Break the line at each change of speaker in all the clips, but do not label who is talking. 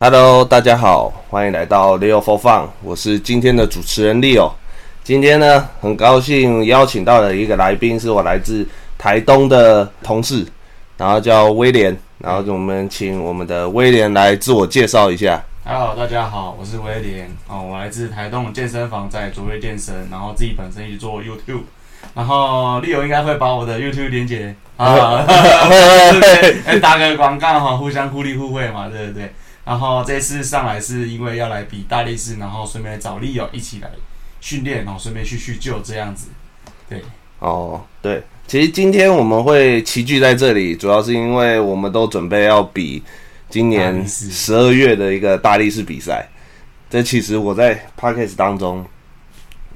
Hello，大家好，欢迎来到 Leo for Fun，我是今天的主持人 Leo。今天呢，很高兴邀请到了一个来宾，是我来自台东的同事，然后叫威廉，然后我们请我们的威廉来自我介绍一下。
Hello，大家好，我是威廉哦，我来自台东的健身房，在卓越健身，然后自己本身一直做 YouTube，然后丽友应该会把我的 YouTube 连接 啊，对不对？哎，打个广告哈，互相互利互惠嘛，对不对？然后这次上来是因为要来比大力士，然后顺便找丽友一起来训练，然后顺便去叙旧这样子。
哦，对，其实今天我们会齐聚在这里，主要是因为我们都准备要比今
大
年
力士
十二月的一个大力士比赛。这其实我在 podcast 当中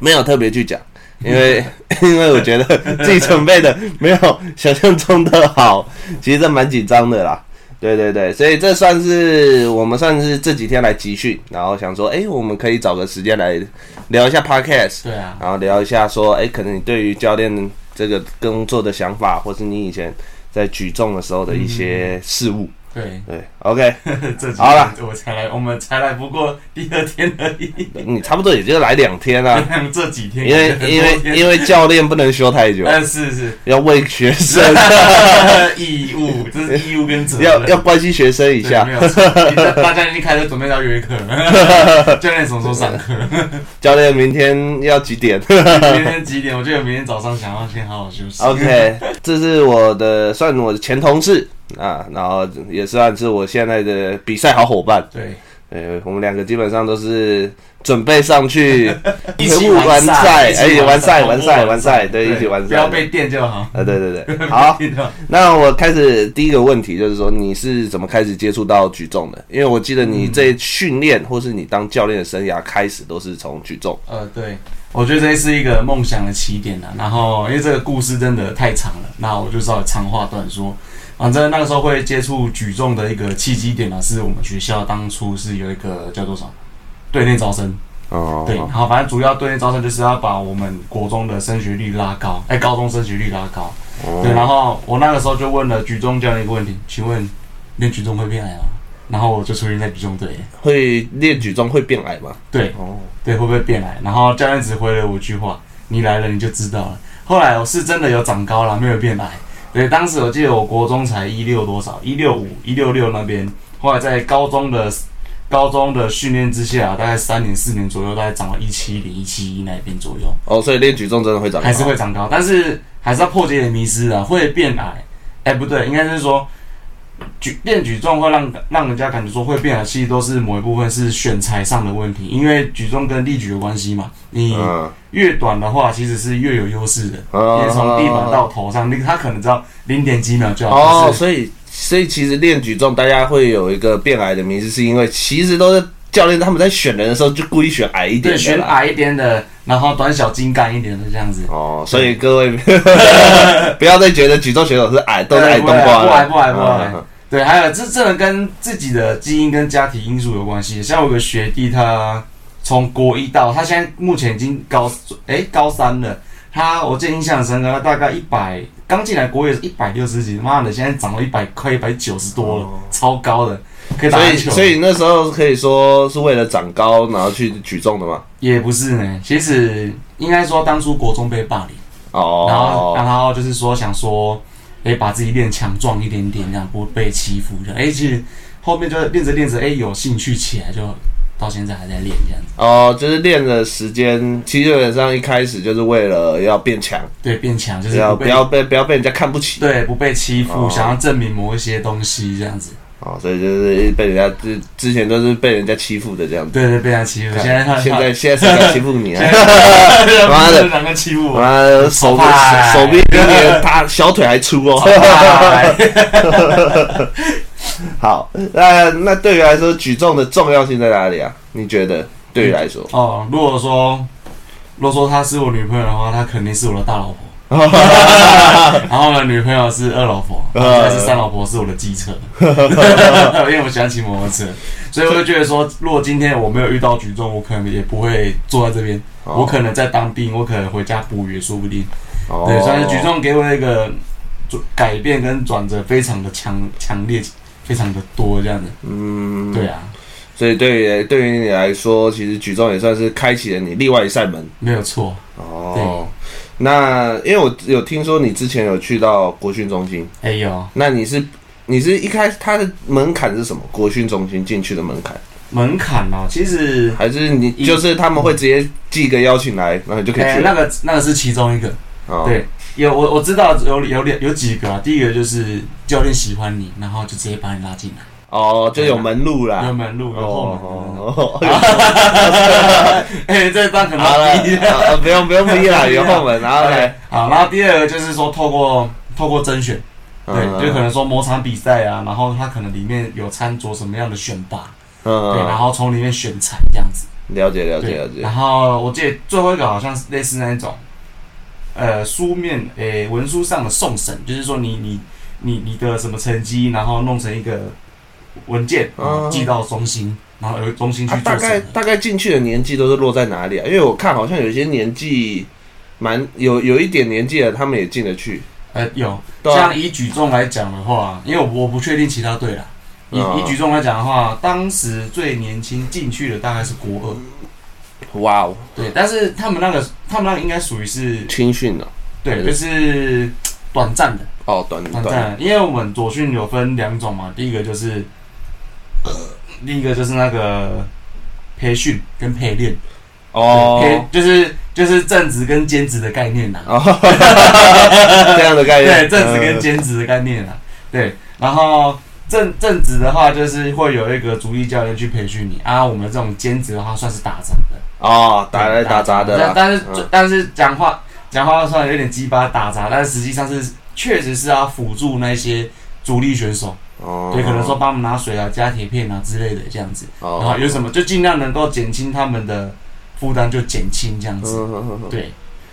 没有特别去讲，因 为因为我觉得自己准备的没有想象中的好，其实这蛮紧张的啦。对对对，所以这算是我们算是这几天来集训，然后想说，哎，我们可以找个时间来聊一下 podcast，
对啊，
然后聊一下说，哎、可能你对于教练这个工作的想法，或是你以前在举重的时候的一些事物。
对，
对，OK，
这集
好啦
我才来，我们才来不过第二天而 已，
你差不多也就来两天啦、
这几天
因 为
很多
因
天
为因为教练不能休太久，
但是是。
要为学 生，
义务，这是义务跟责任。
要要关心学生一
对
下
没。有错你这大家已经开始准备要约课了。 教练什么时候上课？
教练明天要几 点
明天几点？我觉得明天早上想要先好好休息。
？OK，这是我的算我的前同事啊，然后也算是我现在的比赛好伙伴。
对，
呃，我们两个基本上都是准备上去
一起
玩
赛，
哎，
一起
完赛，
同
完
步
赛，完赛，对，一起完
不要
赛。
被电就好。。
呃，对对对，好
电就好
那我开始第一个问题就是说，你是怎么开始接触到举重的？因为我记得
嗯
你这训练或是你当教练的生涯开始都是从举重。
呃，对，我觉得这是一个梦想的起点啊。然后，因为这个故事真的太长了，那我就稍微长话短说。反正那个时候会接触举重的一个契机点呢、是我们学校当初是有一个叫做什么队内招生，
哦
对，然后反正主要对内招生就是要把我们国中的升学率拉高，哎，高中升学率拉高。
哦
对，然后我那个时候就问了举重教练一个问题，请问练举重会变矮吗？然后我就出现在举重队，
会练举重会变矮吗？
对
哦，
对，会不会变矮？然后教练只回了我一句话：“你来了你就知道了。”后来我是真的有长高了，没有变矮。对，当时我记得我国中才一六多少，一六五、一六六那边。后来在高中的高中的训练之下，大概三年四年左右，大概长到一七零、一七一那边左右。
哦，所以练举重真的会长高，
还是会长高，但是还是要破解你的迷失啊，会变矮。哎、不对，应该是说举练举重会让让人家感觉说会变矮，其实都是某一部分是选材上的问题，因为举重跟力举有关系嘛。你
嗯，
越短的话，其实是越有优势的。
嗯，
你从地板到头上，你他可能只要零点几秒就好。
哦，
可是
所以所以其实练举重，大家会有一个变矮的名字，是因为其实都是教练他们在选人的时候就故意选矮一点
对，
的，
选。矮一点的，然后短小精干一点的这样子。
哦，所以各位 不要再觉得举重选手是矮，都是矮冬瓜
哎不矮
了。
不矮不矮
嗯嗯嗯
对，还有这这个跟自己的基因跟家庭因素有关系。像我有个学弟，他从国一到他现在目前已经高诶高三了，他我最印象很深刻，他大概一百刚进来国一一百六十几，妈的，现在涨到一百快一百九十多了，
哦
超高的，可以打
所
篮
以
球。
所以那时候可以说是为了长高，然后去举重的嘛。
也不是呢，其实应该说当初国中被霸凌。然后，啊
哦，
然后就是说想说，哎，把自己练强壮一点点，这样不会被欺负的。哎，其实后面就练着练着，哎，有兴趣起来，就到现在还在练这样子。
哦，就是练的时间，其实基本上一开始就是为了要变强，
对，变强就是
要
不
不
被嗯
要被不要被人家看不起。
对不被欺负，
哦
想要证明某一些东西这样子。
哦，所以就是被人家之之前都是被人家欺负的这样子。
对对，被他欺负。 现在他
现在现在谁敢欺负你 啊？妈
妈
的
的，两个欺负我。
妈的，手臂
怕啊
手臂比你的大小腿还粗 哦。好，那那对于来说，举重的重要性在哪里啊？你觉得对于来说？
哦，如果说，如果说她是我女朋友的话，她肯定是我的大老婆。 然后呢，女朋友是二老婆，
啊
然后再是三老婆是我的机车， 因为我喜欢骑摩托车，所以我就觉得说，如果今天我没有遇到举重，我可能也不会坐在这边，我可能在当兵，我可能回家捕鱼，说不定。
哦
对，算是举重给我一个转改变跟转折，非常的强强烈，非常的多这样子。
嗯，
对啊，
所以对于对于你来说，其实举重也算是开启了你另外一扇门
没有错。
哦。那因为我有听说你之前有去到国训中心，
哎呦，
那你是你是一开始它的门槛是什么？国训中心进去的门槛，
门槛哦，其实
还是你
一
就是他们会直接寄一个邀请来，然后你就可以
哎、
去了？
那个那个是其中一个，
哦
对有我我知道有有两有几个啊，第一个就是教练喜欢你，然后就直接把你拉进来，
哦，就有门路
有
啦。
门路有后门的那种。
哦，
哎、这段可能
好了，
要逼
啊不用不用逼啦，有后门，然后嘞，
好，然后第二个就是说透过透过甄选，对，
嗯
就可能说某场比赛啊，然后他可能里面有参酌什么样的选拔，对，然
嗯，
后从里面选材这样子，
了解了解
对
了。解
然，后我记得最后一个好像是类似那一种，呃，书面诶、文书上的送审，就是说你你你你的什么成绩，然后弄成一个文件，然后
嗯
寄到中心，然后由中心去
啊，
做
大概
审核。
大概进去的年纪都是落在哪里啊？因为我看好像有一些年纪蛮有有一点年纪的，他们也进得去。
呃，有
对啊
像以举重来讲的话，因为我我不确定其他队啦。以
嗯
以举重来讲的话，当时最年轻进去的大概是国二，
哇哦，
对，但是他们那个他们那个应该属于是，
青训哦，
对，就是短暂的，
哦，短
短
短，
暂，因为我们左训有分两种嘛，第一个就是，呃，第一个就是那个培训跟陪练，
哦
培就是就是正职跟兼职的概念啦，
哦，哎呃这样的概念，
对，正职跟兼职的概念啦，对，然后正正职的话就是会有一个主力教练去培训你啊，我们这种兼职的话算是打杂的，
嗯哦，打来打杂的
但
啦，
但是、
嗯
但是讲话讲话虽然有点鸡巴打杂，但是实际上是确实是要辅助那些主力选手，
哦
也可能说帮忙拿水啊、加铁片啊之类的这样子，然后
哦，
有什么就尽量能够减轻他们的负担，就减轻这样子，
嗯嗯嗯
对。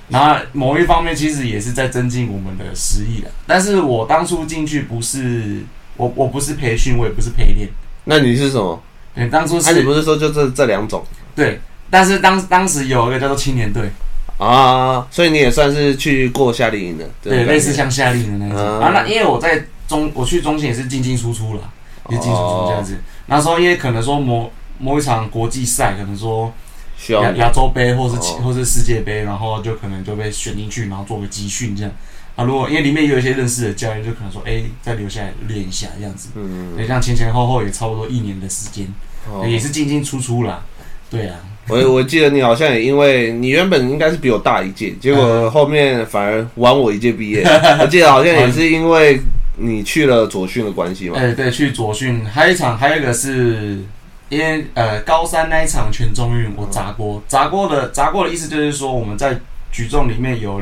然后某一方面其实也是在增进我们的实力的，但是我当初进去不是我我不是培训，我也不是陪练，
那你是什么？
对，当初
啊，你
是
不是说就这这两种
对，但是当当时有一个叫做青年队。
啊？所以你也算是去过夏令营的，这种
对，
概
类似
念
像夏令营的那种、
嗯
啊。那因为我在中，我去中心也是进进出出啦，
哦
就进进出出这样子。那时候因为可能说某某一场国际赛，可能说
需要
亚
你
亚洲杯或是、
哦
或是世界杯，然后就可能就被选进去，然后做个集训这样。啊，如果因为里面有一些认识的教练，就可能说，哎、再留下来练一下这样子。
嗯，
对，这样前前后后也差不多一年的时间，
哦
也是进进出出啦。对啊，
我我记得你好像也因为你原本应该是比我大一届，结果
嗯
后面反而晚我一届 毕业。我记得好像也是因为你去了左训的关系嘛
哎、。对，去左训，还有一场，还有一个是因为呃高三那一场全中运我砸锅，砸锅的砸锅的意思就是说我们在举重里面有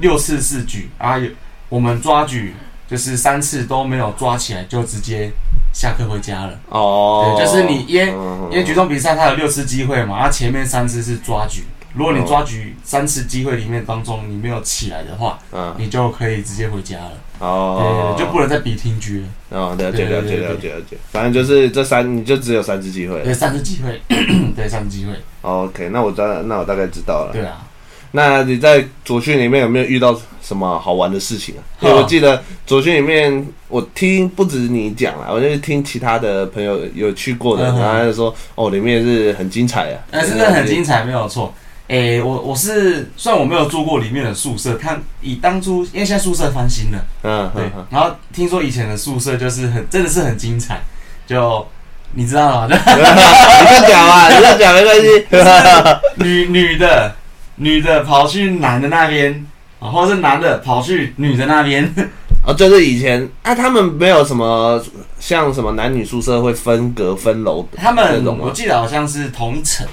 六次试举啊，有我们抓举就是三次都没有抓起来，就直接下课回家了。
哦，
对就是你因为
嗯
因为举重比赛它有六次机会嘛，啊前面三次是抓举，如果你抓举三次机会里面当中你没有起来的话，
嗯
你就可以直接回家了，
哦
对，就不能再比挺举了。
哦了解
对对
了解
对
了解了解，反正就是这三你就只有三次机会。哦
对，三次机会， 对，三次机会，
OK，那我大那我大概知道了。
对啊，
那你在左训里面有没有遇到什么好玩的事 情啊？
好
因为我记得左训里面，我听不止你讲啦，我就是听其他的朋友有去过的，
嗯哼哎
然后他就说哦，里面是很精彩啊，
但是真的很精彩，没有错。诶、我我是虽然我没有住过里面的宿舍，看以当初因为现在宿舍翻新了，
嗯，
对
嗯，嗯
然后听说以前的宿舍就是很真的是很精彩，就你知道吗？
你就讲啊，你就讲没关系。
女女的女的跑去男的那边，啊或者是男的跑去女的那边，
哦，就是以前啊，他们没有什么像什么男女宿舍会分隔分楼的
他
这
们
种
我
吗？
记得好像是同一层，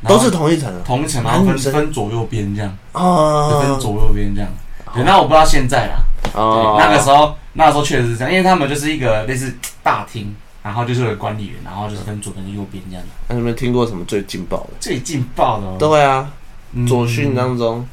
然
都
后
是同一层啊
同一层，然后
男
分
女生
分左右边这样，分
哦
左右边这样。对，那我不知道现在啦。
哦
对，，那个时候那时候确实是这样，因为他们就是一个类似大厅，然后就是有管理员，然后就是分左边跟右边这样。
那你们听过什么最劲爆的？
最劲爆的、哦，
对啊，
嗯
左训当中。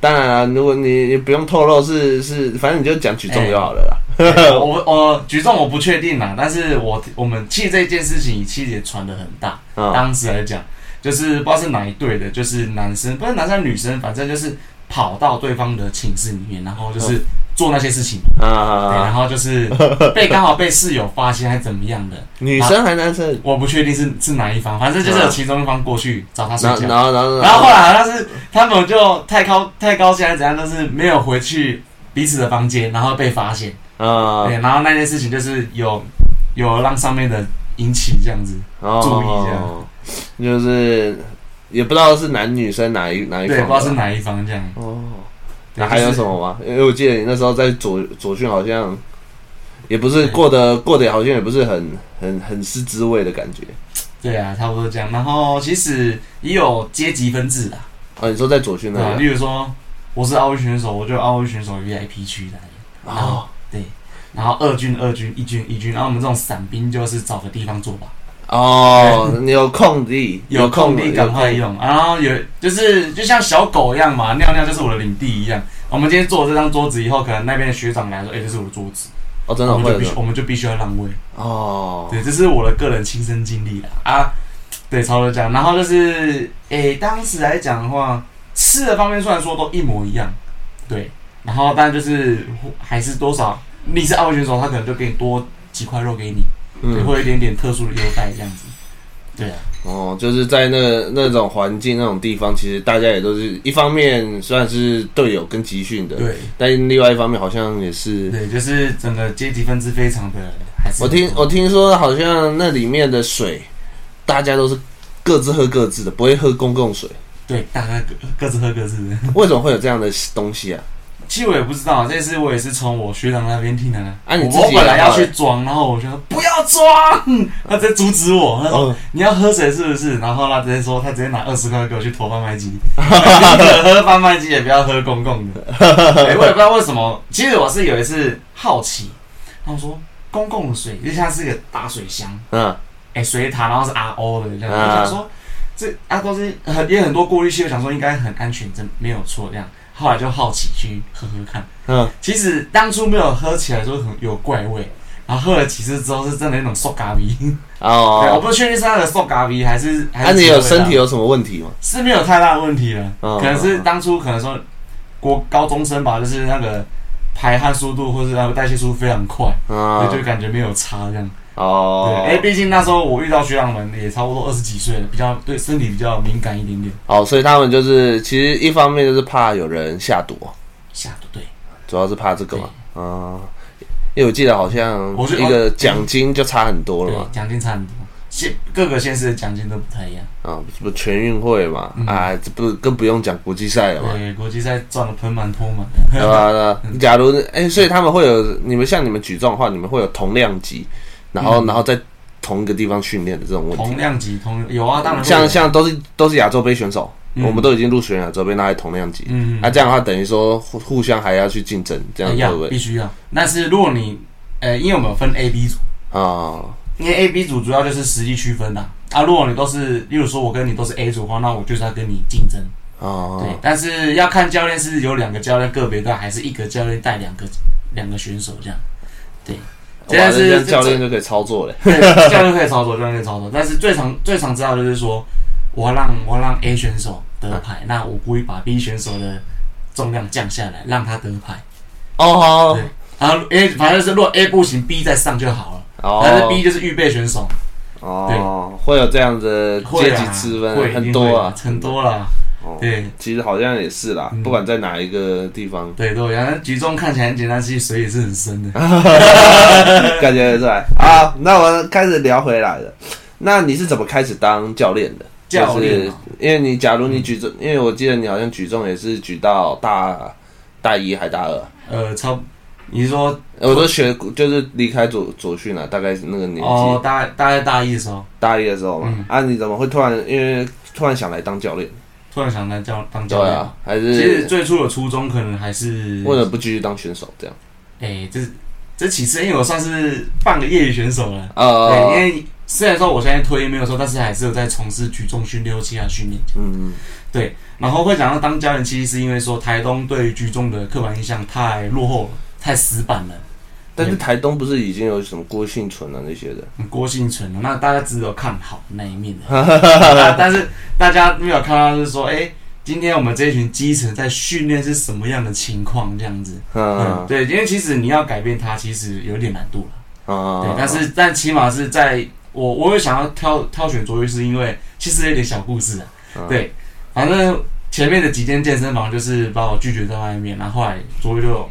当然啊，如果你你不用透露是是，反正你就讲举重就好了啦。哦
对 哎我我举重我不确定啦，但是我我们其实这件事情其实也传的很大。
啊、
当时来讲，就是不知道是哪一队的，
嗯
就是男生不是男生女生，反正就是跑到对方的寝室里面，然后就是做那些事情，
啊
对，
啊
然
啊！
后就是被刚好被室友发现还怎么样的，
女生还男生？
我不确定是是哪一方，反正就是有其中一方过去找啊他睡
然后然后
觉。
然后
然后后来好啊像是他们就太高太高兴还是怎样，就是没有回去彼此的房间，然后被发现。
啊，
对，然后那件事情就是有有让上面的引起这样子。
哦
注意这样
就是也不知道是男女生哪一哪一
对，
方
不
吧，
知道是哪一方这样。
哦。
对
那还有什？么吗？因为我记得你那时候在左左训好像也不是过得过得好像也不是很很很是滋味的感觉。
就是对啊，差不多这样。然后其实也有阶级分制啊，
哦，你说在左训
对
那
吧？
里
例如说我是奥运选手，我就奥运选手 VIP 区来。
哦
然后二军、二军、一军、一军，然后我们这种散兵就是找个地方坐吧，
哦，你有空地，
有空
地
地赶快用。然后有就是就像小狗一样嘛，尿尿就是我的领地一样。我们今天坐这张桌子以后，可能那边的学长来说，哎、这是我的桌子，
哦，真
我
的
们
会
就必
的
须我们就必须要让位。
哦，
对，这是我的个人亲身经历啦啊，对，超多讲。然后就是，诶、当时来讲的话，吃的方面虽然说都一模一样，对，然后但就是还是多少，你是奥运选手，他可能就给你多几块肉给你，对，
嗯，
会有一点点特殊的优待这样子。对啊，
哦，就是在那个那种环境那种地方，其实大家也都是一方面虽然是队友跟集训的，
对
但另外一方面好像也是。
对，就是整个阶级分支非常的，还是
我听我听说好像那里面的水，大家都是各自喝各自的，不会喝公共 水。
对大家各各自喝各自的。
为什么会有这样的东西啊？
其实我也不知道，这次我也是从我学长那边听的呢。
啊你自己
我本来
也要
要去装，然后我就说不要装，他直接阻止我，他说、
哦，
你要喝水是不是？然后他直接说，他直接拿二十块给我去投贩卖 机，宁可喝贩卖机也不要喝公共的。哎，我也不知道为什么，其实我是有一次好奇，他们说公共的水就像是一个大水箱，
嗯，
哎、水塔，然后是 RO 的这样，
啊
我想说这啊都是很也很多过滤器，我想说应该很安全，真没有错这样。后来就好奇去喝喝看，
嗯，
其实当初没有喝起来就很有怪味，然后喝了几次之后是真的那种塑咖味，对，我
哦，
不确定是它的塑咖味还是还
那、
是
你
其他
有
味道
身体有什么问题吗？
是没有太大的问题了，
嗯
可能是当初可能说国高中生吧，就是那个排汗速度或是那个代谢速度非常快，
啊
所以就感觉没有差这样。
哦，
对，哎，毕竟那时候我遇到学长们也差不多二十几岁了，比较对身体比较敏感一点点。
哦，所以他们就是其实一方面就是怕有人下毒，
下毒对，
主要是怕这个嘛，啊、因为我记得好像
我是
一个奖金就差很多了
对
嘛，，
奖金差很多，县各个县市的奖金都不太一样。
啊，不全运会嘛，
嗯
啊，这不更不用讲国际赛了嘛，
对，国际赛赚的盆满钵满。
对吧？对
嗯
吧假如哎、所以他们会有你们像你们举重的话，你们会有同量级，然后、
嗯
然后在同一个地方训练的这种问
同
题。
量级同有啊，当然会有
像像都是都是亚洲杯选手，
嗯
我们都已经入选亚洲杯，那还同量级。
嗯哎
那、这样的话，等于说互互相还要去竞争，这样
要
对不对
必？须要。但是如果你呃，因为我们有分 A、B 组，
啊、
因为 A、B 组主要就是实力区分啦。啊，如果你都是，例如说我跟你都是 A 组的话，那我就是要跟你竞争。
啊
对，但是要看教练是有两个教练个别带，还是一个教练带两个两个选手这 样。这
哇
样
那
是
这样教练就可以操作嘞。
对，教练可以操作，教练可以操作。但是最常最常知道的就是说，我要让我要让 A 选手得
啊
牌，那我故意把 B 选手的重量降下来，让他得牌。
哦好
对然后 A 反正是如果 A 不行，B 再上就好了。但是 B
哦
就是预备选手，
哦，会有这样的
会
阶级
啊，
之分，
会一定
很多啊
会，很多啦。
哦
对
其实好像也是啦，
嗯
不管在哪一个地 方，
对对，然后举重看起来很简单，其实水也是很
啊
深的。
感觉得出来。好，那我们开始聊回来了。那你是怎么开始当教练的？
教练
就是
啊
因为你假如你举重，因为我记得你好像举重也是举到大大一还大二，啊
呃，超，你是说
我都学就是离开左左训了，大概是那个年纪，
哦，大大概大一的时候，
大一的时候嘛。
嗯
啊，你怎么会突然因为突然想来当教练？
突然想来教当
对
教练。
啊，还
其实
是
最初的初衷可能还是
为了不继续当选手这样？
哎、这这其实因为我算是半个业余选手了，对，
呃，
因为虽然说我现在退役没有说，但是还是有在从事举重训练或其他训练。
嗯，
然后会想要当教练，其实是因为说台东对于举重的刻板印象太落后了，太死板了。
但是台东不是已经有什么郭幸存啊那些的？
郭姓存 哦了，那大家只有看好那一面的，啊但是大家没有看到就是说，哎、今天我们这一群基层在训练是什么样的情况，这样子。 嗯，
嗯
对，因为其实你要改变它，其实有点难度了。
嗯
对，但是但起码是在我我有想要挑挑选卓越，是因为其实有点小故事啊。
嗯
对，反正前面的几间健身房就是把我拒绝在外面，然后后来卓越就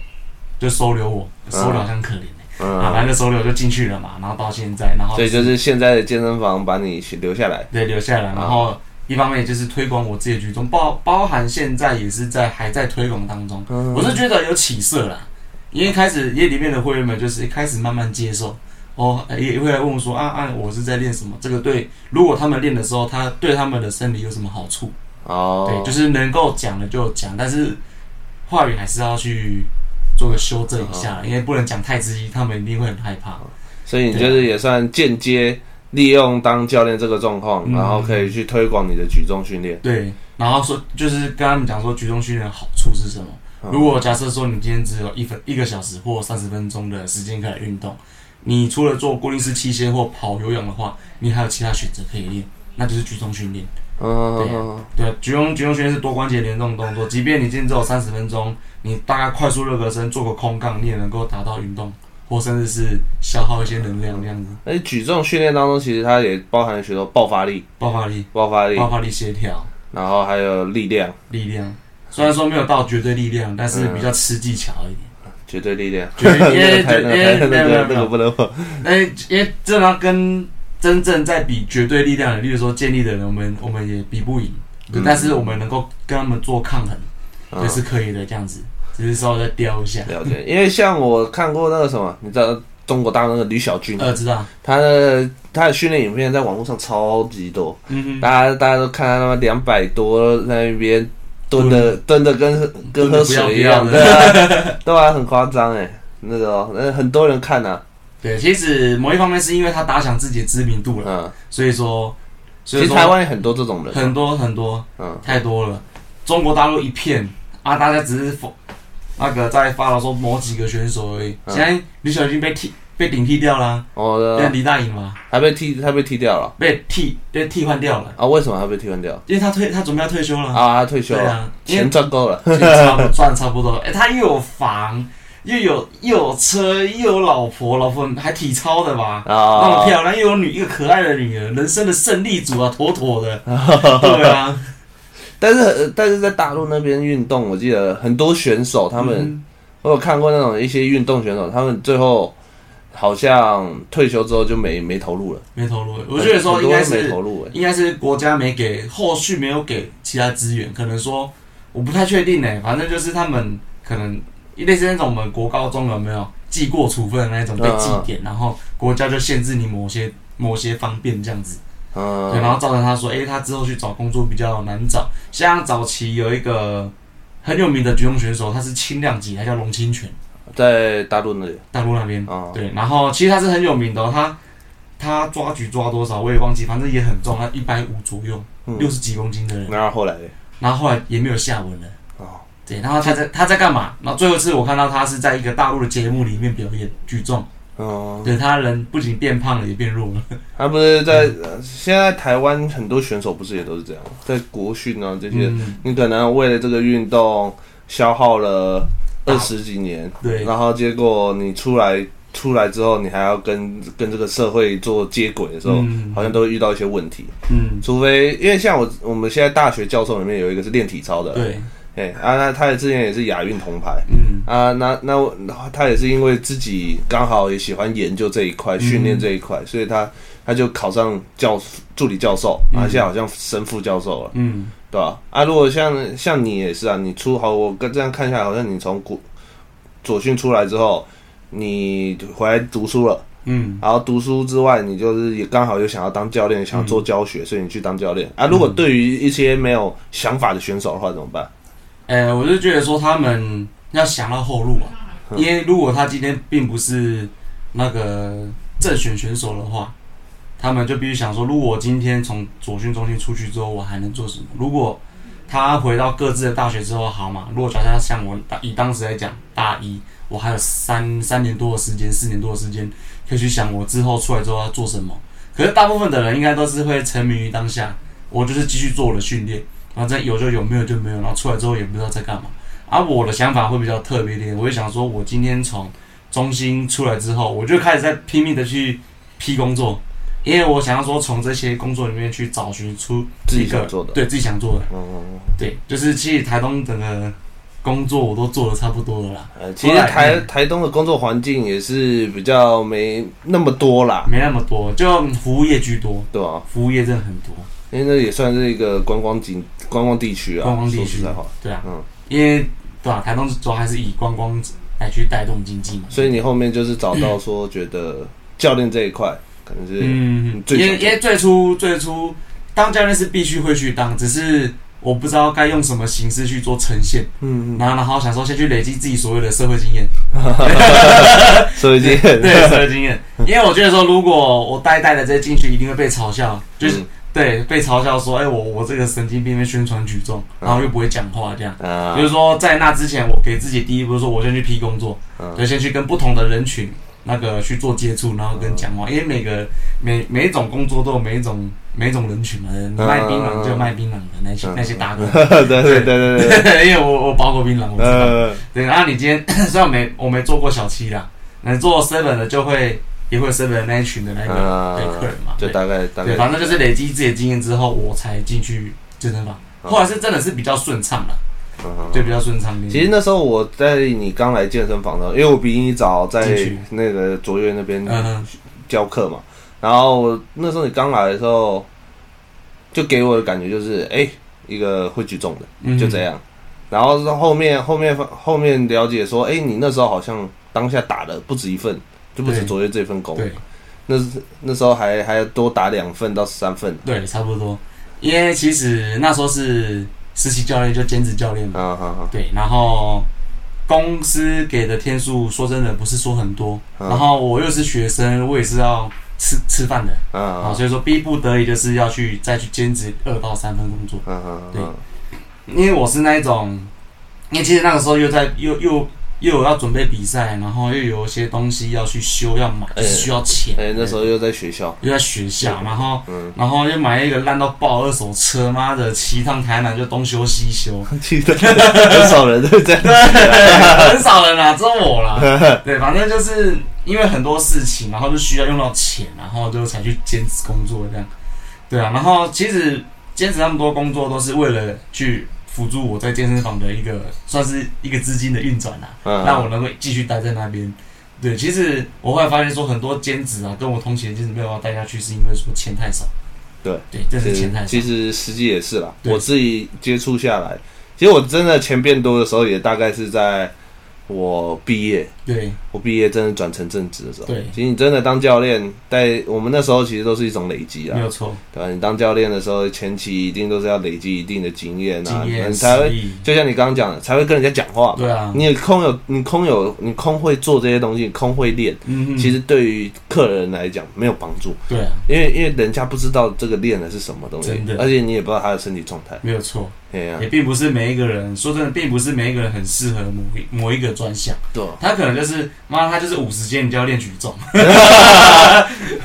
就收留我，收留很可怜、欸啊，反
嗯，
正就收留就进去了嘛，然后到现在，然后
所以就是现在的健身房把你留下来，
对留下来，然后一方面就是推广我自己的举重，包包含现在也是在还在推广当中，
嗯
我是觉得有起色啦，因为开始因为里面的会员们就是开始慢慢接受，哦，也也会来问我说啊啊，我是在练什么？这个对，如果他们练的时候，他对他们的身体有什么好处？
哦，
对，就是能够讲的就讲，但是话语还是要去做个修正一下，因为不能讲太直接，他们一定会很害怕。
所以你就是也算间接利用当教练这个状况，
嗯
然后可以去推广你的举重训练。
对，然后说就是跟他们讲说举重训练的好处是什么。
嗯
如果假设说你今天只有一分一个小时或三十分钟的时间可以来运动，你除了做固定式器械或跑有氧的话，你还有其他选择可以练，那就是举重训练。
嗯，
对啊，举重举重训练是多关节联动动作，即便你今天只有三十分钟，你大概快速热个身，做个空杠，你也能够达到运动，或甚至是消耗一些能量这样子，
而且举重训练当中，其实它也包含了许多爆发力、
爆发力、
爆发力，
爆发力协调、
然后还有力量，
力量。虽然说没有到绝对力量，但是比较吃技巧一点。
绝对力量。
绝对
那个太那个太那
绝对没
个
有没有
那个不能碰。
那哎因为这要跟真正在比绝对力量的，例如说健力的人，我们我们也比不赢，对
嗯
但是我们能够跟他们做抗衡，
嗯
这是可以的，这样子，只是稍微再雕一下。
了解，因为像我看过那个什么，你知道中国大陆那个吕小军，
呃，知道，
他的他的训练影片在网络上超级多，
嗯
大家大家都看他他妈两百多在那边蹲的蹲的跟跟喝水一样，
蹲
对
得不
啊， 对啊，很夸张哎，那个哦那很多人看啊呐，
对，其实某一方面是因为他打响自己的知名度了，
嗯，
所以说，所
其
以
实台
说
湾也很多这种人，
很多很多
嗯，
太多了，中国大陆一片啊，大家只是否那个在发了说某几个选手而已，
嗯
现在李小军被替被顶替掉啦，
哦，
那、
对啊
李大颖嘛。
他被踢他被踢掉了
被替被替换掉了，
啊？为什么他被踢换掉
因为他退他准备要退休了。
啊？他退休
嗯对
了，
啊，因
钱
为
赚够了，
钱差不多赚差不多。哎、他又有房，又有又有车，又有老婆，老婆还体操的吧？那么
啊，
漂亮，又有女一个可爱的女儿，人生的胜利组啊，妥 妥的。 对啊，
但是呃但是在大陆那边运动，我记得很多选手他们。
嗯
我有看过那种一些运动选手，他们最后好像退休之后就没没投入了。
没投入。我觉得说
很
应
多
该
人没
是
投入、欸，
应该是国家没给，后续没有给其他资源，可能说我不太确定呢、欸反正就是他们可能类似那种我们国高中有没有记过处分的那种被记点，然后国家就限制你某些某些方便这样子，对，然
嗯，
后造成他说，诶、他之后去找工作比较难找。像早期有一个很有名的举重选手，他是轻量级，他叫龙清泉，
在大陆那里
大陆那边。
啊，
对，然后其实他是很有名的、哦，他他抓举抓多少我也忘记，反正也很重，他一百五左右，
嗯
六十几公斤的人。
然后后来嘞
然后后来也没有下文了。
哦，
对，然后他在他在干嘛？然后最后一次我看到他是在一个大陆的节目里面表演举重，
嗯，
对他人不仅变胖了，也变弱了。
他不是在、呃现在台湾很多选手不是也都是这样，在国训啊这些，
嗯，
你可能为了这个运动消耗了二十几年，
对
然后结果你出来出来之后，你还要跟跟这个社会做接轨的时候，
嗯
好像都会遇到一些问题。
嗯，
除非因为像我我们现在大学教授里面有一个是练体操的，
对，
对，啊，那他也之前也是亚运铜牌
嗯
啊，那那我他也是因为自己刚好也喜欢研究这一块、
嗯
训练这一块，所以他他就考上教助理教授，啊，
嗯
现在好像升副教授了，
嗯，
对吧、啊？如果像像你也是啊，你出好，我跟这样看下来，好像你从国左训出来之后，你回来读书了。
嗯，
然后读书之外，你就是也刚好又想要当教练，想要
嗯
做教学，所以你去当教练啊。如果对于一些没有想法的选手的话，怎么办？
呃，我就觉得说他们要想到后路啊，因为如果他今天并不是那个正选选手的话，他们就必须想说，如果我今天从左训中心出去之后，我还能做什么？如果他回到各自的大学之后，好嘛，如果假设他像我大以当时来讲，大一我还有三三年多的时间，四年多的时间，可以去想我之后出来之后要做什么。可是大部分的人应该都是会沉迷于当下，我就是继续做我的训练，然后这有就有，没有就没有，然后出来之后也不知道在干嘛。啊，我的想法会比较特别一点，我就想说，我今天从中心出来之后，我就开始在拼命的去批工作，因为我想要说从这些工作里面去找寻出
自己
一个
想做的
对自己想做的，
嗯，
对，就是其实台东整个工作我都做的差不多了啦，
呃，其实
嗯
台台东的工作环境也是比较没那么多啦，
没那么多，就服务业居多，
对吧？
服务业真的很多，
因为那也算是一个观光景观光地区啊，
观光地
说
区
实在话，
对啊，
嗯
因为对啊，台东主要还是以观光来去带动经济嘛，
所以你后面就是找到说觉得教练这一块可能是
嗯
你，最
因
想
为因为最初最初当教练是必须会去当，只是我不知道该用什么形式去做呈现，
嗯嗯，
然后然后想说先去累积自己所谓的社会经 验，
所以今天
对社会经验，因为我觉得说如果我呆呆的直接进去，一定会被嘲笑，就是、对被嘲笑说，哎、我我这个神经病被宣传举重，然后又不会讲话这样。
嗯啊
比如说在那之前，我给自己第一步是说，我先去批工作，
嗯
就先去跟不同的人群那个去做接触，然后跟讲
嗯
话，因为每个每每一种工作都有每一种每一种人群嘛，你卖槟榔就卖槟榔的那些
嗯
那些大哥，
对对对对对，
因为我我包过槟榔，我知道。
呃，
对，然后你今天 虽然没我没做过小七啦，那做 seven 的就会也会有 seven 的那一群的那个对客人嘛，
嗯就
对
大概大
对，
概，
反正就是累积自己的经验之后，我才进去健身房，
嗯
后来是真的是比较顺畅了，
嗯嗯
对，比较顺畅一点。
其实那时候我在你刚来健身房的时候，因为我比你早在
进去
那个卓越那边
嗯哼，
教课嘛，然后我那时候你刚来的时候，就给我的感觉就是，哎、一个会举重的，
嗯
就这。样。然后是后面后面后面了解说，哎、你那时候好像当下打的不止一份，就不止
对
卓越这份工，
对
那是那时候还还要多打两份到三份
对，差不多。因为其实那时候是实习教练，就兼职教练嘛。
啊，好好，
对，然后公司给的天数，说真的不是说很多。
嗯
然后我又是学生，我也是要吃吃饭的
啊
啊，
啊
所以说逼不得已就是要去再去兼职二到三份工作。
啊啊，
对因为我是那一种，因为其实那个时候又在又又又有要准备比赛，然后又有一些东西要去修要买，
哎
需要钱。
哎、那时候又在学校，
又在学校，然后
嗯，
然后又买一个烂到爆二手车，妈的，骑一趟台南就东修西修，
记得 很少人都这样，
对，很少人啦，只有我啦。对，反正就是因为很多事情，然后就需要用到钱，然后就才去兼职工作这样。对啊，然后其实兼职那么多工作都是为了去辅助我在健身房的一个算是一个资金的运转啦，啊
嗯
让我能够继续待在那边。对，其实我后来发现说，很多兼职啊，跟我同期的兼职没有办法待下去，是因为说钱太少。
对
对，这是钱太少
呃其。实实际也是啦，
对
我自己接触下来，其实我真的钱变多的时候，也大概是在我毕业，
对
我毕业真的转成正职的时候。
对，
其实你真的当教练，在我们那时候其实都是一种累积
没
啊，
有错，
对吧？你当教练的时候，前期一定都是要累积一定的经验啊，
经验
你才
实
会，
力，
就像你刚刚讲的，才会跟人家讲话嘛。
对啊，
你空有你空有你空会做这些东西，你空会练，
嗯哼，
其实对于客人来讲没有帮助。
对啊，
因为因为人家不知道这个练的是什么东西
真的，
而且你也不知道他的身体状态。
没有错。
哎呀、
也并不是每一个人，说真的，并不是每一个人很适合某一某一个专项，
对，
他可能就是妈，他就是五十斤你就要练举重，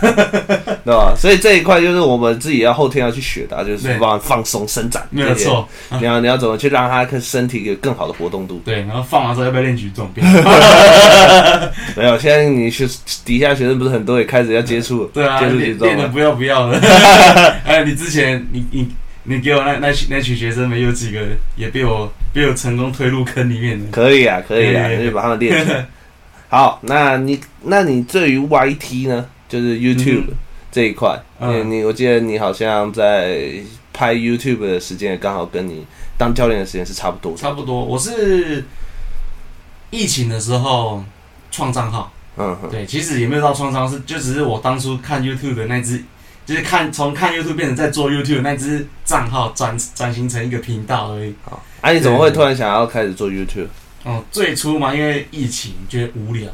对吧？所以这一块就是我们自己要后天要去学的啊、就是
对
帮他放松伸展，
没有。错，
你要你要怎么去让他跟身体有更好的活动 度？
对，然后放完之后要不要练举重？
没有，现在你学底下学生不是很多也开始要接触，
对啊，
接触
练
体重
练的
了。
不要不要的。哎，你之前你你你给我那那群那群学生们有几个也被我被我成功推入坑里面 的，
可以啊，可以啊，
对对对
你就把他们练起来。好，那你那你对于 YT 呢，就是 YouTube
嗯
这一块，
嗯
你你我记得你好像在拍 YouTube 的时间刚好跟你当教练的时间是差不多的。
差不多。我是疫情的时候创账号。
嗯哼，
对，其实也没有到创伤，是就只是我当初看 YouTube 的那只，就是看从看 YouTube 变成在做 YouTube 的那只账号转转型成一个频道而已。
好。啊，你怎么会突然想要开始做 YouTube？
嗯，最初嘛，因为疫情觉得无聊，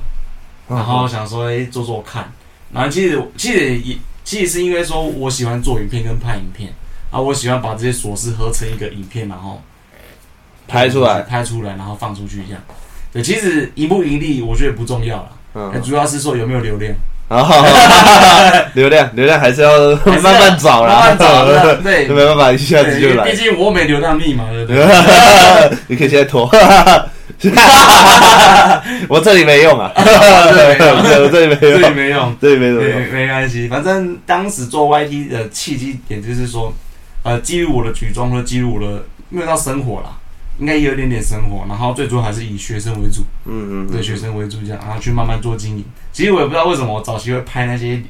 嗯
然后想说哎、诶做做看，然后其实其实也其实是因为说我喜欢做影片跟拍影片啊，我喜欢把这些琐事合成一个影片，然后
拍出来
拍出来，然后放出去这样。对，其实盈不盈利我觉得不重要了，
嗯
主要是说有没有流量。
然后 流量流量还是要 慢慢找啦，
慢慢找 的，对，
没办法，一下子就
对
来啊
毕。竟我没流量密码，对不对？
你可以现在拖， 我这里没用 啊，
对
对，我这里没
这里
用，
没用，
这里没怎么
对，
用。嗯
没关系。反正当时做 YT 的契机点就是说，呃，记录我的举重和记录我的，没有到生活啦，应该也有一点点生活。然后最主要还是以学生为主，
嗯嗯，嗯
对学生为主这样，然后去慢慢做经营。其实我也不知道为什么我早期会拍那些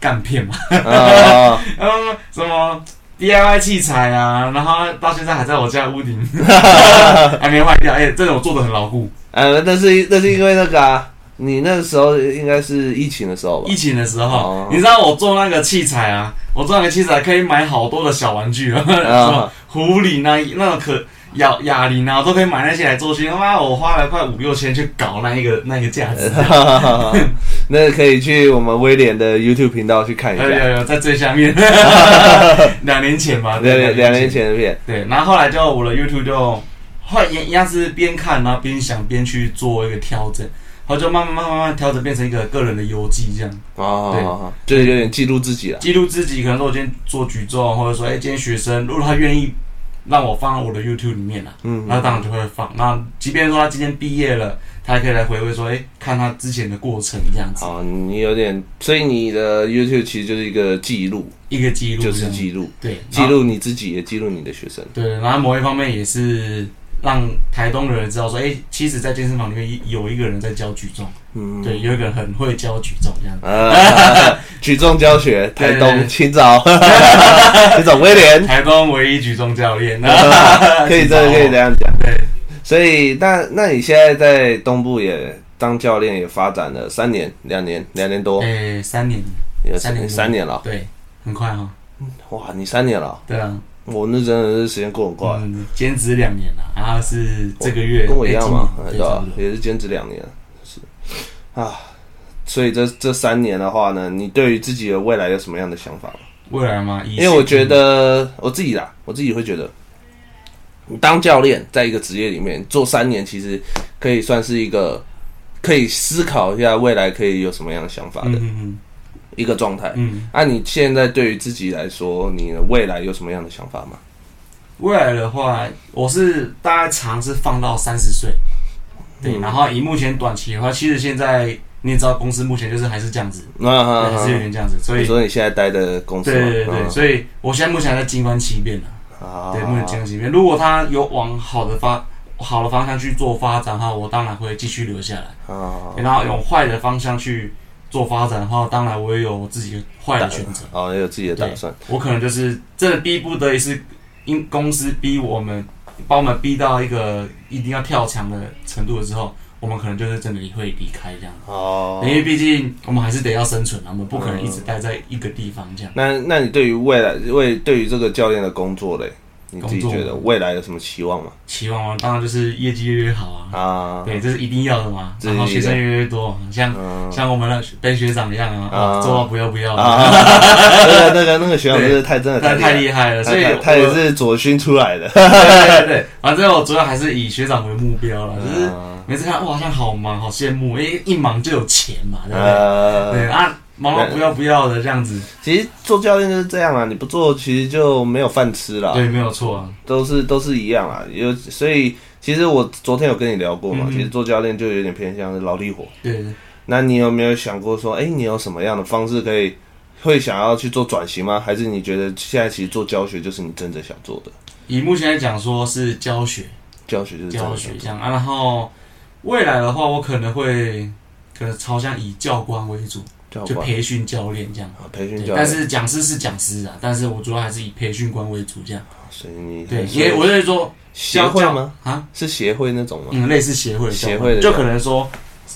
干片嘛，
啊，
嗯，什么 DIY 器材啊，然后到现在还在我家屋顶， 还没坏掉。哎、这种做的很牢固。
呃，那是那是因为那个啊，你那时候应该是疫情的时候吧
疫？情的时候，
哦
你知道我做那个器材啊，我做那个器材可以买好多的小玩具啊， 什么狐狸啊，那种可哑哑铃啊，我都可以买那些来做去。他妈，我花了快五六千去搞那一个那一个架子。
那可以去我们威廉的 YouTube 频道去看一
有
下，
哎有有，在最 下面，两年前吧，
两两年。前的片。
对，然后后来就我的 YouTube 就后来一样是边看，然后边想边去做一个调整，然后就慢慢慢慢慢慢调整变成一个个人的游记这样。
哦，就是有点记录自己了。
记录自己，可能说我今天做举重，或者说哎、今天学生，如果他愿意让我放到我的 YouTube 里面啊啦，
嗯，
那当然就会放。那即便说他今天毕业了，他还可以来回味说，哎、看他之前的过程这样子，
好，你有点，所以你的 YouTube 其实就是一个记录，
一个记录，
就是记录，
对
记，录你自己，也记录你的学生。
然后对，然后某一方面也是让台东的人知道说，哎、其实，在健身房里面有一个人在教举重，
嗯，
对，有一个人很会教举重这样子。
呃，举重教学，台
对对
东
对
青岛， 青岛威廉，
台东唯一举重教练，
嗯
哦
可以这个可以这样讲。
对，
所以那那你现在在东部也当教练，也发展了三年、两年、两年多，
哎、三年，
有
三年多
三年了。
对，很快哈、
哇，你三年了，
对啊。
我那真的是时间过很快，
嗯，兼职两年了，然后是这个月
跟我一样嘛，啊
哎
对
今年对差
吧
不？多
也是兼职两年，是啊。所以这这三年的话呢，你对于自己的未来有什么样的想法吗？
未来吗？因
因为我觉得我自己啦，我自己会觉得，你当教练在一个职业里面做三年，其实可以算是一个可以思考一下未来可以有什么样的想法的
嗯
一个状态
嗯。嗯，
那、你现在对于自己来说，你的未来有什么样的想法吗？
未来的话，我是大概尝试放到三十岁，对，
嗯
然后以目前短期的话，其实现在你也知道，公司目前就是还是这样子，
那、
对还是有
啊、
点这样子，所
你
以
说你现在待的公司
对
吗？
对对对，所以我现在目前还在静观其变啊，
嗯啊
对，目前静观其变。如果他有往好的发好的方向去做发展的话，我当然会继续留下来。
啊
然后用坏的方向去做发展的话，当然我也有我自己坏的选择。
哦，也有自己的打算。
我可能就是真的逼不得已，是因公司逼我们，把我们逼到一个一定要跳墙的程度了之后，我们可能就是真的会离开这样。
哦
因为毕竟我们还是得要生存啊，我们不可能一直待在一个地方这样。
那那你对于未来为对于这个教练的工作嘞，你自己
工作
觉得未来有什么期望吗？
期望啊，当然就是业绩越来越好啊，
啊，
对，这是一定要的嘛。
这是
然后
一定
学
的
生越来越多，像
嗯
像我们的被学长一样啊，
啊
哦做到不要不要的，
啊， 那个那个那个学长真的太真的
但
太
太
厉
厉害了，
害，
所以
他
我
他也是左勋出来的，
对对对，反正我主要还是以学长为目标了，就是
啊
每次看哇，好像好忙，好羡慕，因为一忙就有钱嘛，对不对？
呃，
对啊，忙到不要不要的这样子，
其实做教练就是这样啦，你不做其实就没有饭吃啦，
对，没有错啊，
都是都是一样啦，有所以其实我昨天有跟你聊过嘛，
嗯
其实做教练就有点偏向是劳力活，
对，
那你有没有想过说，哎，你有什么样的方式可以？会想要去做转型吗？还是你觉得现在其实做教学就是你真正想做的？
以目前来讲说是教学，
教学就是真的
教
想
学
做
这样啊，然后未来的话，我可能会可能朝向以教官为主，
教
就
官
培训教练这样。
啊培训
对
教
但
练，
是讲师是讲师啊，但是我主要还是以培训官为主这样。
所以你
对，因为我就是说
协会
教
吗？
啊，
是协会那种吗？
嗯，类似协会的教官
协会的
就可能说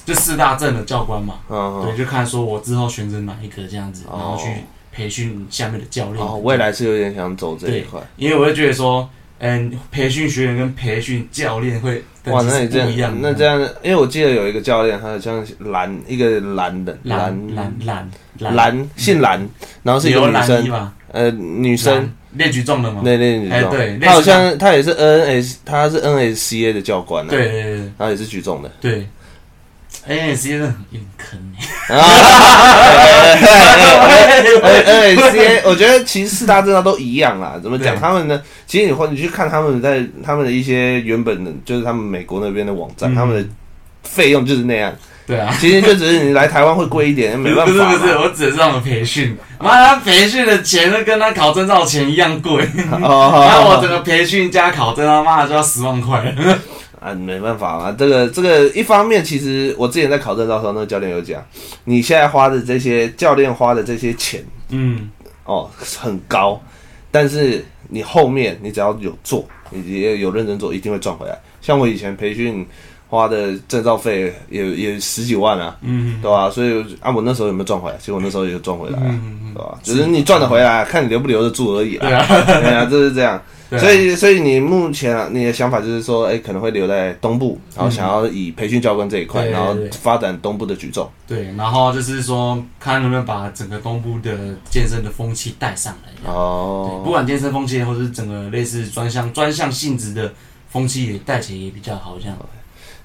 这四大镇的教官嘛，
嗯，
对，就看说我之后选择哪一个这样子，
哦
然后去培训下面的教练。
哦，未，来是有点想走这一块。
因为我会觉得说，嗯，培训学员跟培训教练会
哇，
等级
那
是
你这
不一样
样，
的，
那这样，因为我记得有一个教练，他好像是蓝，一个蓝的
蓝蓝蓝嗯
蓝，姓蓝，然后是一个
有
女
蓝衣
生，
吧，
呃，女
女
生，
练举重的嘛，
那那女
哎
生，
对类似
她好像她也是 N S，她是 N S C A 的教官啊，
对对对
然后也是举重的，
对哎，时间真的很硬坑欸
啊，而而且 CA，我觉得其实四大正道都一样啦。怎么讲？
对
他们呢？其实你或你去看他们在他们的一些原本的，就是他们美国那边的网站，
嗯
他们的费用就是那样。
对啊，
其实就只是你来台湾会贵一点，
不
没
是
办
不
法
是
嘛。
不是，我指的是他们培训，妈他培训的钱都跟他考证照钱一样贵，
哦好好
然后我
好
整个培训加考证，他妈的就要十万块了。
啊，没办法嘛。这个这个一方面，其实我之前在考证照的时候，那个教练有讲，你现在花的这些教练花的这些钱
嗯，
哦很高，但是你后面你只要有做，你也有认真做，一定会赚回来。像我以前培训花的证照费也也十几万啊，
嗯，
对吧、所以啊，我那时候有没有赚回来？其实我那时候也有赚回来、啊，
嗯
对吧、只是你赚得回来啊，看你留不留得住而已啦。
对啊，
对啊，就是这样。
对啊
所以，所以你目前、啊、你的想法就是说，哎、可能会留在东部，然后想要以培训教官这一块，
对对
然后
对
发展东部的举重。
对，然后就是说看能不能把整个东部的健身的风气带上来。对，不
哦，
管健身风气，或者是整个类似专项专项性质的风气也带起来也比较好，这样。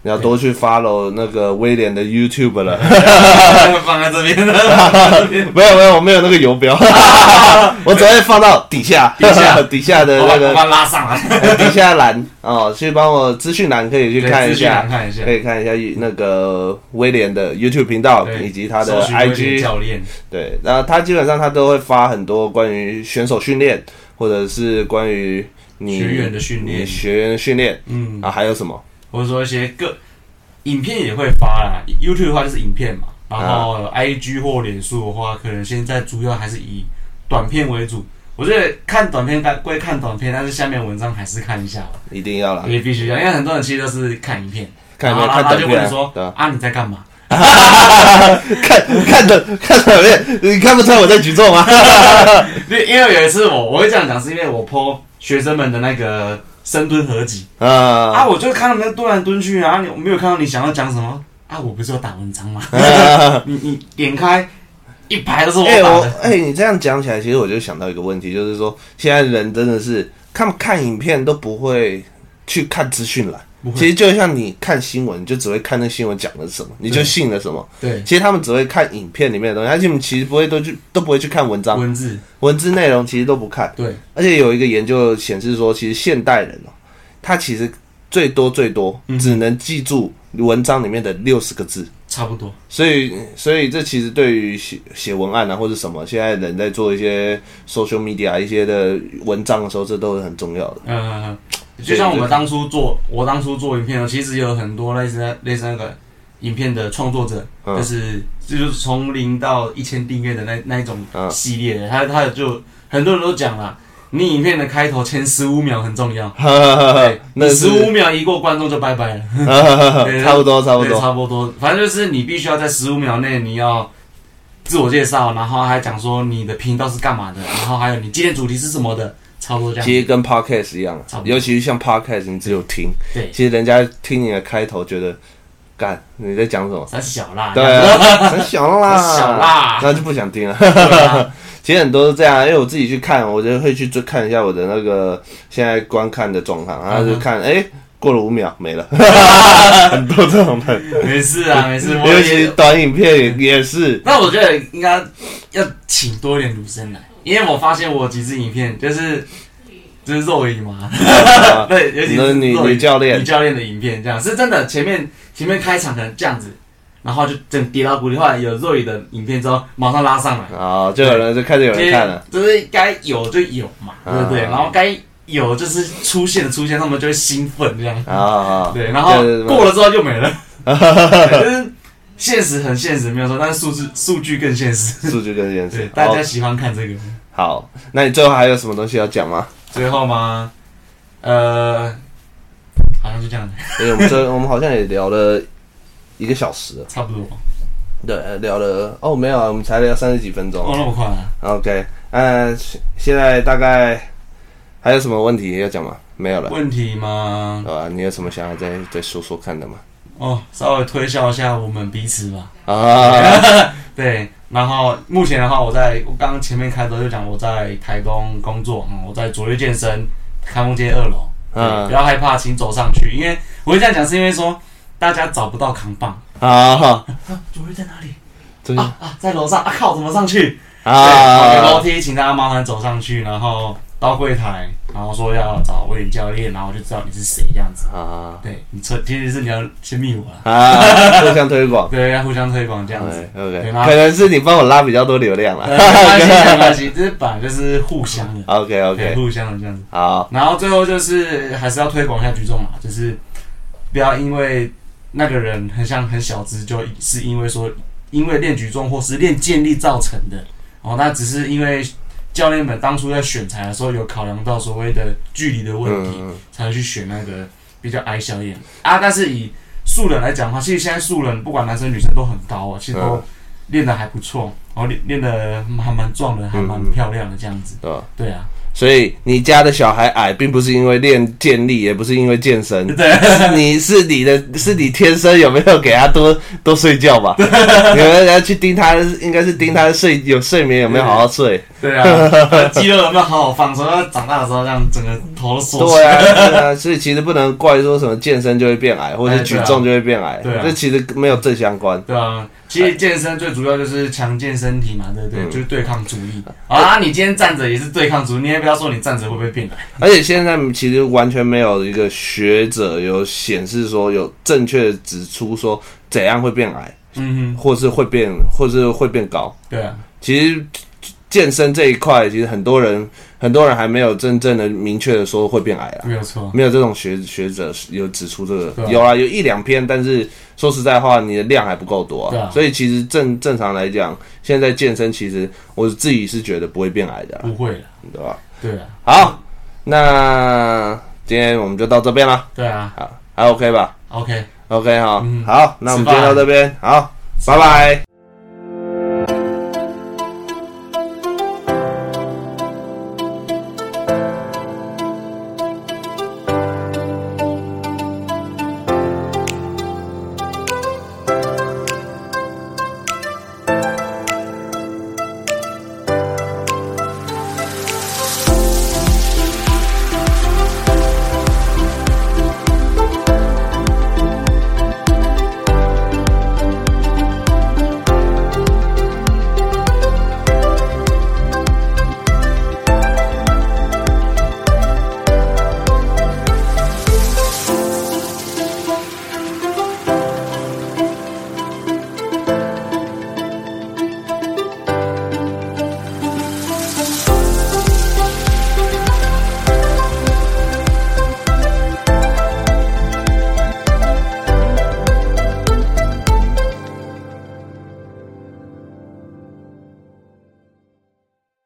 你要多去 follow 那个威廉的 YouTube 了。
放在这边的，
没有没有，我没有那个游 标，我只会放到底下
底 下
底下的
我把
那
我
个
把拉上来，
呃底下栏哦，去帮我资讯栏可以去看一
对资讯
下
栏，看一下
可以看一下那个威廉的 YouTube 频道
对
以及他的
搜寻威
IG
廉教练，
对，然后他基本上他都会发很多关于选手训练，或者是关于你
学员的训练
你学员的训练
嗯，
啊，还有什么？
或者说一些个影片也会发啦，YouTube 的话就是影片嘛，然后
啊
IG 或脸书的话，可能现在主要还是以短片为主。我觉得看短片但归看短片，但是下面文章还是看一下吧，
一定要啦，
也必须啊要，因为很多人其实都是看影片，
啊看有没有
然后
看
嗯他
短
就
片
问你
啊？
说
对啊，
啊你在干嘛？
看看的看短片，你看不出来我在举重吗？
因为因为有一次我我会这样讲，是因为我 PO 学生们的那个深蹲合集 啊，
啊，
我就看他们在蹲来蹲去啊，你我没有看到你想要讲什么啊，我不是要打文章 吗？你你点开一排都是我
哎、
打
我
的，
嗯哎、你这样讲起来，其实我就想到一个问题，就是说现在人真的是看看影片都不会去看资讯栏
不。会
其实就像你看新闻，你就只会看那新闻讲了什么，你就
对
信了什么。
对
其实他们只会看影片里面的东西，而且他们其实不会都去都不会去看文章，
文字
文字内容其实都不看。
对
而且有一个研究显示说，其实现代人哦，他其实最多最多
嗯
只能记住文章里面的六十个字。
差不多，
所以，所以这其实对于写写文案啊，或者什么，现在人在做一些 social media 一些的文章的时候，这都是很重要的。
嗯、就像我们当初做我当初做影片的，其实有很多类似那类似那个影片的创作者，
嗯
就是就是从零到一千订阅的那那一种
嗯
系列的，他他就很多人都讲了，你影片的开头前十五秒很重要，对，
嗯 那
哎你
是
十五秒一过观众就拜拜了，对
差不多，差不
对
多。
差不多，反正就是你必须要在十五秒内你要。自我介绍，然后还讲说你的频道是干嘛的，然后还有你今天主题是什么的，差不多这样。
其实跟 podcast 一样啊
差不，多
尤其是像 podcast，你只有听，
对，
其实人家听你的开头觉得，干你在讲什 么？
三小啦，
对啊，很小啦，
很小啦
那就不想听了。
对啊，
其实很多是这样，因为我自己去看，我就会去追看一下我的那个现在观看的状
嗯
况，然后就看，哎、过了五秒没 了，很多这种的，
没事啊，没事。我
尤其
也
是短影片 也也是，
那我觉得应该要请多一点女生来，因为我发现我有几支影片就是就是肉影嘛，
哦
对，尤其
啊那
是
女
肉影
女教练
女教练的影片，这样是真的。前面前面开场可能这样子，然后就整跌到谷底，后来有肉影的影片之后，马上拉上来。
啊，就有人就开始有人看了，
就是该有就有嘛，对不对？
啊
然后该有就是出现的出现，他们就会兴奋这样。
啊啊，
对，然后
对对对
过了之后就没了。对就是现实很现实，没有错，但是数字数据更现 实。
数据跟颜色
对，，大家
哦
喜欢看这个。
好，那你最后还有什么东西要讲吗？
最后吗？呃，好像就这样，
因为我们这我们好像也聊了一个小时了，
差不多。
对，聊了哦没有啊，我们才聊三十几分钟
哦，那么快啊？
OK，呃，现现在大概还有什么问题要讲吗？没有了，
问题吗
好？吧？你有什么想法再再说说看的吗？
哦，稍微推销一下我们彼此吧。
啊，
对，然后目前的话，我在我刚刚前面开头就讲我在台东工作，嗯，我在卓越健身开幕街二楼，对
嗯
不要害怕，请走上去，因为我会这样讲是因为说大家找不到扛棒，
啊哈，
啊，卓瑞在哪里？
真
啊啊，在楼上啊！靠，怎么上去？对，跑个楼
啊，
梯，请大家麻烦走上去，然后到柜台，然后说要找威廉教练，然后我就知道你是谁这样子。
啊
对你推，其实是你要先密我啦，
啊，互相推广。哎
对，要互相推广这样子。
OK，
对吗
可能是你帮我拉比较多流量了
呃。没关系，没关系，这本来就是互相的
OK
对
OK，
互相的这样子。
好，
然后最后就是还是要推广一下举重嘛，就是不要因为那个人很像很小只，就是因为说因为练举重或是练健力造成的哦，那只是因为教练们当初在选材的时候有考量到所谓的距离的问题，
嗯，
才会去选那个比较矮小一点啊。但是以素人来讲的话，其实现在素人不管男生女生都很高啊，其实都
嗯
练得还不错，然后练练得还蛮壮的，还蛮
嗯嗯
漂亮的这样子。
对吧？
对 啊，
所以你家的小孩矮，并不是因为练健力，也不是因为健身，
对。啊
是你是你的，是你天生有没有给他多 多睡觉吧？你们要去盯他，应该是盯他睡有睡眠有没有好好睡。
对啊，肌肉有没有好好放松？要长大的时候，让整个头都缩起
对
来。
啊，对啊，所以其实不能怪说什么健身就会变矮，或者举重就会变矮，
啊对啊
这其实没有正相关。
对啊，其实健身最主要就是强健身体嘛，对不对？
嗯
就是对抗阻力啊！你今天站着也是对抗阻力，你也不要说你站着会不会变矮。
而且现在其实完全没有一个学者有显示说有正确地指出说怎样会变矮，
嗯哼，
或是会变，或是会变高。
对啊，
其实健身这一块，其实很多人很多人还没有真正的明确的说会变矮啊，
没有错。
没有这种学学者有指出这
对
个，
啊
有啊，有一两篇，但是说实在话，你的量还不够多
对
啊
啊。
所以其实正正常来讲，现在健身其实我自己是觉得不会变矮的啊，
不会了，
对吧？
对啊，
好，那今天我们就到这边了，
对啊
好，还 OK 吧
，OK。
？OK 哈
嗯，
好，那我们
吃
就
饭
到这边，好，拜拜。